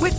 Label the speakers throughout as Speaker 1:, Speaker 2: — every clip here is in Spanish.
Speaker 1: With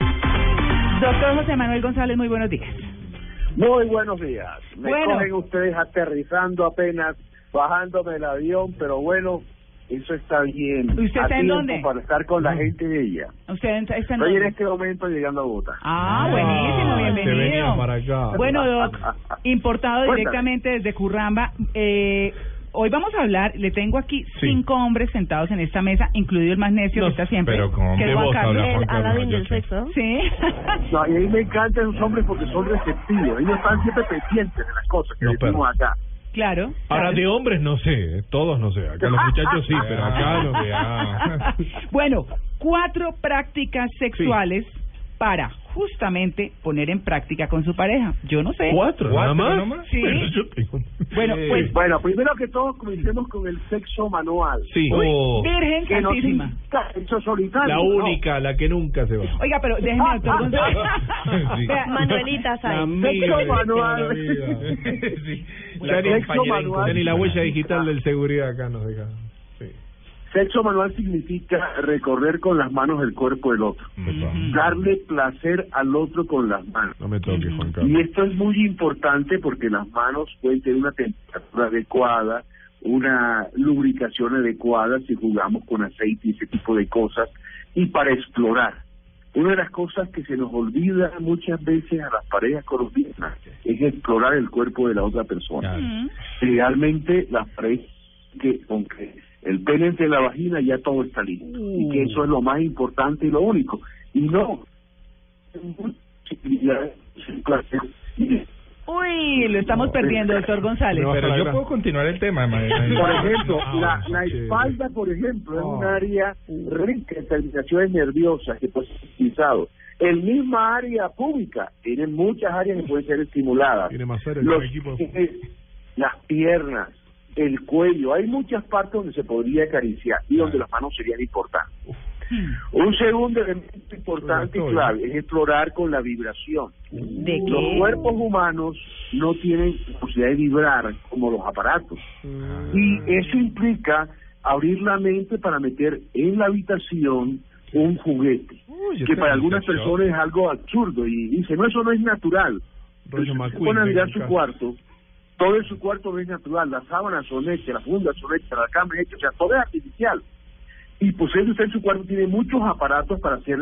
Speaker 2: Doctor José Manuel González, muy buenos días.
Speaker 3: Muy buenos días. Me
Speaker 2: Bueno.
Speaker 3: cogen ustedes aterrizando apenas, bajándome el avión, pero bueno, eso está bien.
Speaker 2: ¿Y usted
Speaker 3: A
Speaker 2: está en
Speaker 3: tiempo
Speaker 2: dónde?
Speaker 3: Para estar con la gente de ella.
Speaker 2: ¿Usted está en
Speaker 3: Estoy en
Speaker 2: dónde?
Speaker 3: este momento llegando a Bogotá.
Speaker 2: Ah, buenísimo, bienvenido. Bueno,
Speaker 3: Ah,
Speaker 2: Doc, importado
Speaker 3: Cuéntame.
Speaker 2: directamente desde Curramba. eh, hoy vamos a hablar, le tengo aquí
Speaker 4: Sí.
Speaker 2: cinco hombres sentados en esta mesa, incluido el más necio
Speaker 4: No,
Speaker 2: que está siempre,
Speaker 4: pero ¿cómo
Speaker 2: que es
Speaker 4: de
Speaker 2: Juan
Speaker 4: vos
Speaker 2: Carlos. Ah,
Speaker 4: hablas, Juan Carlos? Yo qué.
Speaker 2: Sí.
Speaker 3: No, y a mí me encantan esos hombres porque son receptivos. Ellos están siempre pendientes de las cosas que
Speaker 4: No, pero-
Speaker 3: decimos acá.
Speaker 2: claro.
Speaker 4: Ahora,
Speaker 2: claro.
Speaker 4: de hombres no sé, ¿eh? todos no sé. Acá los muchachos sí, pero acá no sé.
Speaker 2: Bueno, cuatro prácticas sexuales para justamente poner en práctica con su pareja. Yo no sé.
Speaker 4: ¿Cuatro? ¿Nada
Speaker 5: ¿Cuatro
Speaker 4: más?
Speaker 2: Sí.
Speaker 4: Pero yo tengo-
Speaker 2: Bueno, pues,
Speaker 3: Bueno, primero que todo, comencemos con el sexo manual.
Speaker 4: Sí.
Speaker 2: uy,
Speaker 4: Oh,
Speaker 2: Virgen
Speaker 3: Que no
Speaker 2: Santísima.
Speaker 3: significa sexo solitario.
Speaker 4: la
Speaker 3: no.
Speaker 4: única, la que nunca se va.
Speaker 2: Oiga, pero déjeme, doctor González.
Speaker 4: Sí.
Speaker 2: Vea,
Speaker 6: Manuelita Sáenz.
Speaker 4: La amiga de toda
Speaker 3: manual.
Speaker 4: la vida. Sí.
Speaker 3: La
Speaker 4: Ya ni-
Speaker 3: sexo manual.
Speaker 4: ya ni la huella digital del seguridad acá nos deja. Sí.
Speaker 3: Sexo manual significa recorrer con las manos el cuerpo del otro. darle placer al otro con las manos.
Speaker 4: No me toques, Juan
Speaker 3: Y
Speaker 4: Carlos.
Speaker 3: esto es muy importante porque las manos pueden tener una temperatura adecuada, una lubricación adecuada si jugamos con aceite y ese tipo de cosas, y para explorar. Una de las cosas que se nos olvida muchas veces a las parejas colombianas es explorar el cuerpo de la otra persona
Speaker 4: Claro.
Speaker 3: realmente las paredes que con que el pene entre la vagina ya todo está listo y que eso es lo más importante y lo único y no por
Speaker 2: Uy, lo estamos perdiendo, doctor González.
Speaker 4: Pero yo puedo
Speaker 5: continuar el tema,
Speaker 3: ejemplo
Speaker 4: Ah,
Speaker 3: la, la
Speaker 4: sí.
Speaker 3: espalda por ejemplo es
Speaker 4: Oh.
Speaker 3: un área rica en terminaciones nerviosas que puede ser utilizado el misma área pública tiene muchas áreas que pueden ser estimuladas
Speaker 4: Tiene más áreas
Speaker 3: Los
Speaker 4: que el equipo.
Speaker 3: pies, las piernas, el cuello. Hay muchas partes donde se podría acariciar y
Speaker 4: Ah.
Speaker 3: donde las manos serían importantes. Un segundo elemento importante y
Speaker 4: Sobre todo,
Speaker 3: clave es explorar con la vibración.
Speaker 2: ¿De
Speaker 3: Los cuerpos humanos no tienen capacidad de vibrar como los aparatos. Y eso implica abrir la mente para meter en la habitación un juguete,
Speaker 4: Uy,
Speaker 3: que
Speaker 4: está
Speaker 3: para algunas
Speaker 4: habitación.
Speaker 3: personas es algo absurdo y dice, no, eso no es natural.
Speaker 4: Rollo
Speaker 3: Entonces, se
Speaker 4: McQueen,
Speaker 3: pone a mirar
Speaker 4: venga,
Speaker 3: su
Speaker 4: acá.
Speaker 3: cuarto, todo en su cuarto no es natural, las sábanas son hechas, las fundas son hechas, la cama es hecha, o sea, todo es artificial. Y posee usted en su cuarto tiene muchos aparatos para hacer,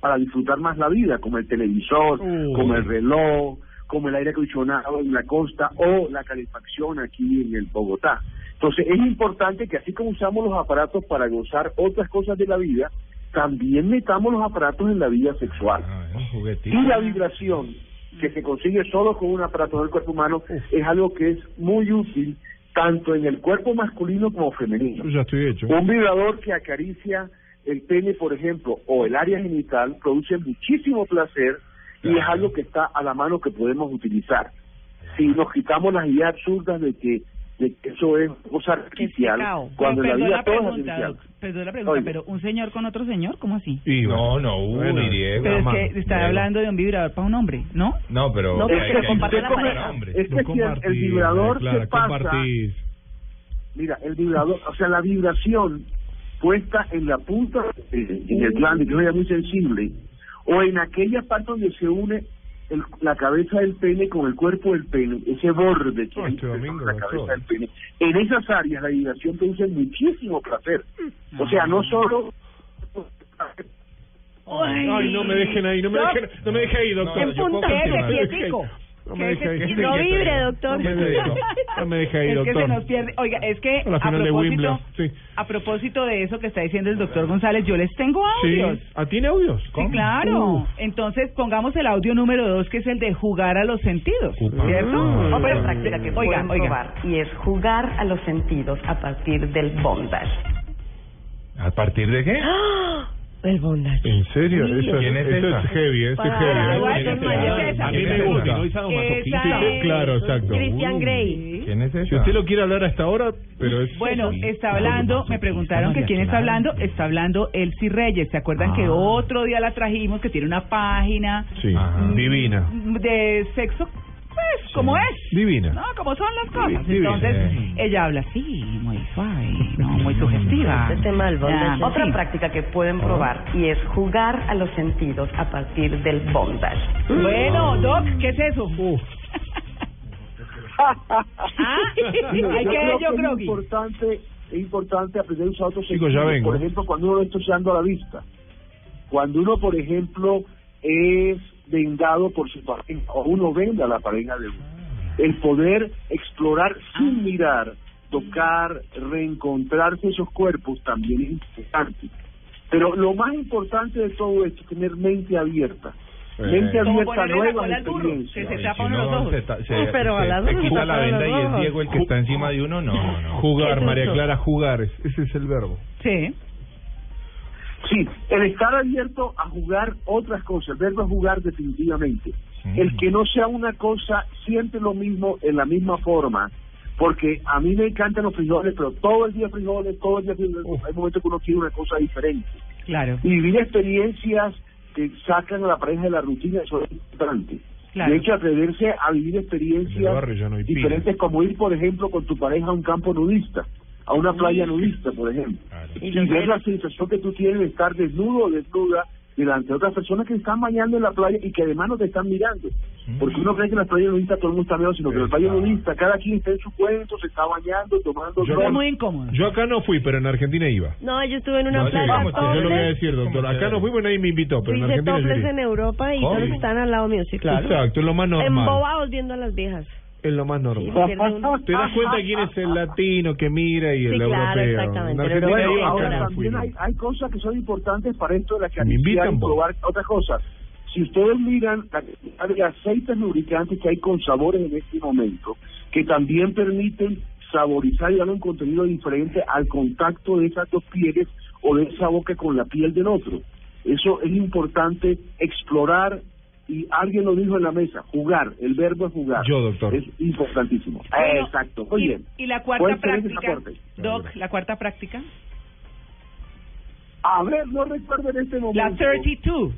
Speaker 3: para disfrutar más la vida, como el televisor,
Speaker 4: Uy.
Speaker 3: como el reloj, como el aire acondicionado en la costa o la calefacción aquí en el Bogotá. Entonces es importante que así como usamos los aparatos para gozar otras cosas de la vida, también metamos los aparatos en la vida sexual.
Speaker 4: Ah, es un juguetito.
Speaker 3: Y la vibración que se consigue solo con un aparato del cuerpo humano es algo que es muy útil tanto en el cuerpo masculino como femenino.
Speaker 4: Yo ya estoy hecho.
Speaker 3: Un vibrador que acaricia el pene, por ejemplo, o el área genital produce muchísimo placer y es algo que está a la mano que podemos utilizar. Si nos quitamos las ideas absurdas de que, de que eso es cosa artificial, cuando en la
Speaker 2: perdón
Speaker 3: vida
Speaker 2: la
Speaker 3: todo es
Speaker 2: pregunta,
Speaker 3: artificial.
Speaker 2: doc, perdón la pregunta,
Speaker 3: Oye.
Speaker 2: pero ¿un señor con otro señor? ¿Cómo así?
Speaker 4: Y
Speaker 5: No,
Speaker 4: bueno.
Speaker 5: no, uy,
Speaker 4: Bueno,
Speaker 5: Diego.
Speaker 2: Pero
Speaker 4: mamá,
Speaker 2: es que está
Speaker 4: Diego.
Speaker 2: hablando de un vibrador para un hombre, ¿no?
Speaker 5: No, pero...
Speaker 2: No,
Speaker 5: hay
Speaker 2: pero
Speaker 5: que- hay
Speaker 2: comparte
Speaker 5: que-
Speaker 2: la
Speaker 5: hay que-
Speaker 2: pareja.
Speaker 5: hombre.
Speaker 3: Es
Speaker 4: No
Speaker 3: que si el- el,
Speaker 4: compartís,
Speaker 3: vibrador
Speaker 4: Clara,
Speaker 3: se pasa...
Speaker 4: compartís.
Speaker 3: Mira, el vibrador, o sea, la vibración puesta en la punta, eh, en el glande, que es una área muy sensible, o en aquella parte donde se une el- la cabeza del pene con el cuerpo del pene, ese borde que
Speaker 4: No,
Speaker 3: hay
Speaker 4: este
Speaker 3: entre
Speaker 4: domingo,
Speaker 3: la
Speaker 4: doctor.
Speaker 3: cabeza del pene. En esas áreas la vibración produce muchísimo placer. O sea,
Speaker 4: Mm.
Speaker 3: no solo...
Speaker 4: Ay, no me dejen ahí, no me dejen, no me dejen ahí, doctor.
Speaker 5: En punta.
Speaker 4: Quédese
Speaker 2: Quédese quietico.
Speaker 4: No me deje
Speaker 2: Quédese
Speaker 4: ahí. este
Speaker 2: quietico. No
Speaker 6: vibre, doctor.
Speaker 4: No me deje, no me deje ahí,
Speaker 2: Es que
Speaker 4: doctor.
Speaker 2: se nos pierde. Oiga, es que
Speaker 4: A la
Speaker 2: a
Speaker 4: final de
Speaker 2: propósito,
Speaker 4: Wimbledon, sí.
Speaker 2: a propósito de eso que está diciendo el doctor González, yo les tengo audios.
Speaker 4: Sí. ¿Ah, tiene audios?
Speaker 2: Sí, claro. Entonces pongamos el audio número dos, que es el de jugar a los sentidos,
Speaker 4: Upa.
Speaker 2: ¿cierto?
Speaker 4: Ah.
Speaker 2: Oiga,
Speaker 4: Otra
Speaker 7: práctica que
Speaker 2: oiga,
Speaker 7: pueden
Speaker 2: oiga.
Speaker 7: probar y es jugar a los sentidos a partir del bondage.
Speaker 5: ¿A partir de qué? El bondage.
Speaker 4: ¿En serio?
Speaker 5: Sí.
Speaker 4: Eso,
Speaker 5: ¿Quién
Speaker 4: es,
Speaker 5: es
Speaker 4: eso
Speaker 5: esa?
Speaker 4: es heavy, eso es
Speaker 5: Para-
Speaker 4: heavy.
Speaker 5: Ah,
Speaker 4: ¿eh?
Speaker 5: igual,
Speaker 4: Sí,
Speaker 5: igual es esa.
Speaker 4: A mí me gusta.
Speaker 5: Esa
Speaker 4: Sí,
Speaker 5: es
Speaker 4: claro, exacto. Mm.
Speaker 5: Christian Grey.
Speaker 4: ¿Quién es Si usted lo quiere hablar hasta ahora, pero es...
Speaker 2: Bueno, está hablando, me preguntaron que quién está hablando, está hablando Elsie Reyes. ¿Se acuerdan que otro día la trajimos, que tiene una página
Speaker 4: Ah. Sí. Mm. Divina.
Speaker 2: de sexo? Pues, como es.
Speaker 4: Divina.
Speaker 2: No, como son las cosas.
Speaker 4: Divina.
Speaker 2: Entonces,
Speaker 4: Sí.
Speaker 2: ella habla así, muy suave, no, muy sugestiva.
Speaker 5: Este tema del bondage. Oh.
Speaker 2: Ya,
Speaker 7: Otra
Speaker 2: sí.
Speaker 7: práctica que pueden probar y es jugar a los sentidos a partir del bondage.
Speaker 2: Bueno, Doc, ¿qué es eso? ah, hay que ver yo,
Speaker 3: es
Speaker 2: Grogui.
Speaker 3: importante, es importante aprender a usar otros
Speaker 4: Chicos, ya
Speaker 3: sentidos.
Speaker 4: vengo. ¿eh?
Speaker 3: Por ejemplo, cuando uno está usando a la vista. Cuando uno, por ejemplo, es vengado por su pareja, o uno venga a la pareja de uno. El poder explorar
Speaker 2: Ah.
Speaker 3: sin mirar, tocar, reencontrarse esos cuerpos también es importante. Pero lo más importante de todo esto es tener mente abierta.
Speaker 4: Eh.
Speaker 3: Mente
Speaker 4: Como
Speaker 3: abierta a
Speaker 2: ponerle la
Speaker 3: nuevas
Speaker 2: cola al burro,
Speaker 3: experiencias.
Speaker 2: que se
Speaker 4: Sí,
Speaker 2: tapa
Speaker 4: si
Speaker 2: uno
Speaker 4: no,
Speaker 2: los ojos.
Speaker 4: se ta- se-
Speaker 5: Uy, pero a
Speaker 4: se-
Speaker 5: las
Speaker 4: se
Speaker 5: dos
Speaker 4: quita
Speaker 5: se
Speaker 4: la
Speaker 5: tapan
Speaker 4: venda
Speaker 5: los
Speaker 4: y es
Speaker 5: ojos.
Speaker 4: Diego el que está encima de uno. No, no, no.
Speaker 5: ¿Qué
Speaker 4: Jugar,
Speaker 5: es
Speaker 4: María
Speaker 5: eso?
Speaker 4: Clara, jugar. es- Ese es el verbo.
Speaker 2: Sí.
Speaker 3: Sí, el estar abierto a jugar otras cosas, el verbo es jugar definitivamente.
Speaker 4: Sí.
Speaker 3: El que no sea una cosa siempre lo mismo en la misma forma, porque a mí me encantan los frijoles, pero todo el día frijoles, todo el día frijoles, hay momentos que uno quiere una cosa diferente.
Speaker 2: Claro.
Speaker 3: Y vivir experiencias que sacan a la pareja de la rutina, eso es importante.
Speaker 2: Claro.
Speaker 3: De hecho, atreverse a vivir
Speaker 4: En el
Speaker 3: experiencias
Speaker 4: barrio ya no hay pila.
Speaker 3: diferentes, como ir, por ejemplo, con tu pareja a un campo nudista, a una playa nudista, por ejemplo
Speaker 4: Claro.
Speaker 3: y ver la sensación que tú tienes de estar desnudo o desnuda delante de otras personas que están bañando en la playa y que además no te están mirando.
Speaker 4: Mm.
Speaker 3: Porque uno cree que en las playas nudistas todo el mundo está mirando, sino que en las playas
Speaker 4: Exacto.
Speaker 3: nudistas cada quien está en su cuento, se está bañando, tomando
Speaker 2: Fue
Speaker 4: Yo
Speaker 3: sol.
Speaker 4: con-
Speaker 2: muy incómodo.
Speaker 4: Yo acá no fui, pero en Argentina iba.
Speaker 5: No, yo estuve en
Speaker 4: No,
Speaker 5: una
Speaker 4: sí,
Speaker 5: playa
Speaker 4: vamos, yo lo voy a
Speaker 5: topless.
Speaker 4: decir, doctor. Acá no fuimos, nadie me invitó, pero en
Speaker 5: Hice
Speaker 4: Argentina
Speaker 5: topless
Speaker 4: yo
Speaker 5: en
Speaker 4: iría.
Speaker 5: Europa y
Speaker 4: Obvio.
Speaker 5: todos están al lado mío, sí, claro.
Speaker 4: Exacto, es lo más normal.
Speaker 5: Embobados viendo a las viejas.
Speaker 4: Es lo más
Speaker 5: Sí,
Speaker 4: normal.
Speaker 5: se pierde uno.
Speaker 4: Te das cuenta quién es el latino que mira y el
Speaker 5: Sí, claro,
Speaker 4: europeo.
Speaker 5: exactamente,
Speaker 4: En
Speaker 5: el
Speaker 4: Argentina
Speaker 5: europeo.
Speaker 4: iba,
Speaker 3: Bueno,
Speaker 4: acá
Speaker 3: ahora
Speaker 4: no
Speaker 3: también
Speaker 4: fui.
Speaker 3: hay, hay cosas que son importantes para esto de la
Speaker 4: Me
Speaker 3: carnicería
Speaker 4: invitan,
Speaker 3: y
Speaker 4: vos.
Speaker 3: probar otras cosas. Si ustedes miran la cantidad de aceites lubricantes que hay con sabores en este momento, que también permiten saborizar y darle un contenido diferente al contacto de esas dos pieles o de esa boca con la piel del otro. Eso es importante explorar y alguien lo dijo en la mesa, jugar, el verbo es jugar.
Speaker 4: Yo, doctor.
Speaker 3: Es importantísimo.
Speaker 2: Bueno,
Speaker 3: Exacto, muy
Speaker 2: y,
Speaker 3: bien.
Speaker 2: y la
Speaker 3: ¿Cuál
Speaker 2: cuarta
Speaker 3: será ese
Speaker 2: práctica,
Speaker 3: aporte?
Speaker 2: Doc, la cuarta práctica,
Speaker 3: A ver, no recuerdo en este momento.
Speaker 2: la 32.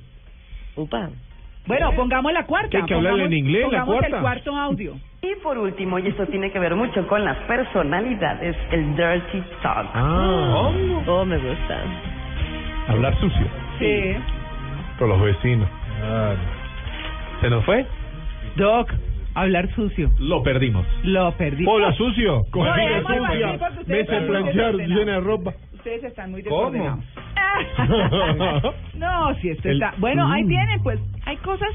Speaker 5: Upa.
Speaker 2: Bueno, pongamos la cuarta.
Speaker 4: Hay que hablarle
Speaker 2: pongamos-
Speaker 4: en inglés, la
Speaker 2: pongamos
Speaker 4: cuarta.
Speaker 2: el cuarto audio.
Speaker 7: Y por último, y esto tiene que ver mucho con las personalidades, el dirty talk.
Speaker 4: Ah,
Speaker 5: Oh, me gusta.
Speaker 4: hablar sucio.
Speaker 2: Sí.
Speaker 4: Con los vecinos. ¿Se nos fue?
Speaker 2: Doc, hablar sucio.
Speaker 4: Lo perdimos.
Speaker 2: Lo perdí.
Speaker 4: Hola sucio. Comida
Speaker 2: hemos perdido
Speaker 4: sucia.
Speaker 2: porque ustedes
Speaker 4: Mesa
Speaker 2: son
Speaker 4: de
Speaker 2: muy
Speaker 4: planchar
Speaker 2: desordenados.
Speaker 4: llena de ropa.
Speaker 2: Ustedes están muy
Speaker 4: ¿Cómo?
Speaker 2: desordenados. no, si esto
Speaker 4: El-
Speaker 2: está... Bueno, ahí
Speaker 4: Mm.
Speaker 2: tienen, pues, hay cosas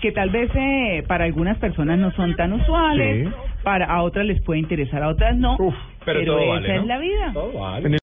Speaker 2: que tal vez eh, para algunas personas no son tan usuales,
Speaker 4: Sí.
Speaker 2: para a otras les puede interesar, a otras no.
Speaker 4: Uf, pero todo
Speaker 2: esa
Speaker 4: vale,
Speaker 2: es
Speaker 4: ¿no?
Speaker 2: la vida.
Speaker 4: En